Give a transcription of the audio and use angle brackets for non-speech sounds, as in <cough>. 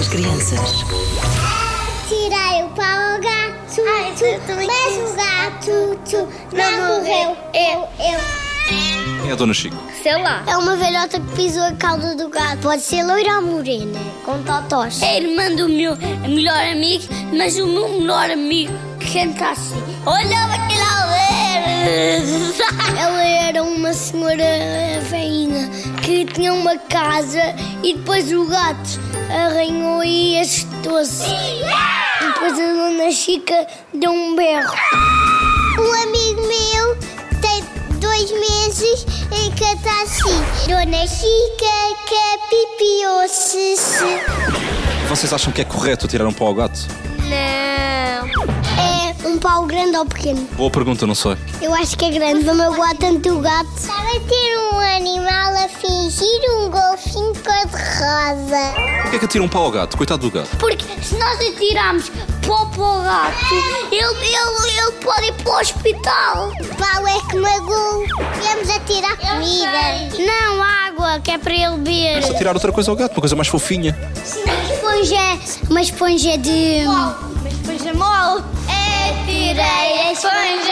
é crianças. Tirei o pau ao gato, mas o gato não morreu. Eu, eu. Quem é a Dona Chico? Sei lá. É uma velhota que pisou a cauda do gato. Pode ser loira ou morena, com totós. É a irmã do meu melhor amigo, mas o meu melhor amigo canta assim. <laughs> Olha aquele alver! Ela era uma senhora veína que tinha uma casa e depois o gato arranhou e assustou-se. Depois a dona Chica deu um berro. Um amigo meu tem dois meses em que está assim. Dona Chica que é pipiou-se. se Vocês acham que é correto tirar um pau ao gato? Não. É um pau grande ou pequeno? Boa pergunta, não sei. Eu acho que é grande, vou magoar tanto o gato. Estava ter um animal a fingir um golfinho cor-de-rosa. Porquê é que eu tiro um pau ao gato? Coitado do gato. Porque se nós atirarmos pó ao gato, ele, ele, ele pode ir para o hospital. Pau é que magoou. Vamos atirar comida. Não, água, que é para ele beber. Só tirar outra coisa ao gato, uma coisa mais fofinha. Esponja, uma esponja de... Mas depois é mole. É, tirei a esponja. <laughs>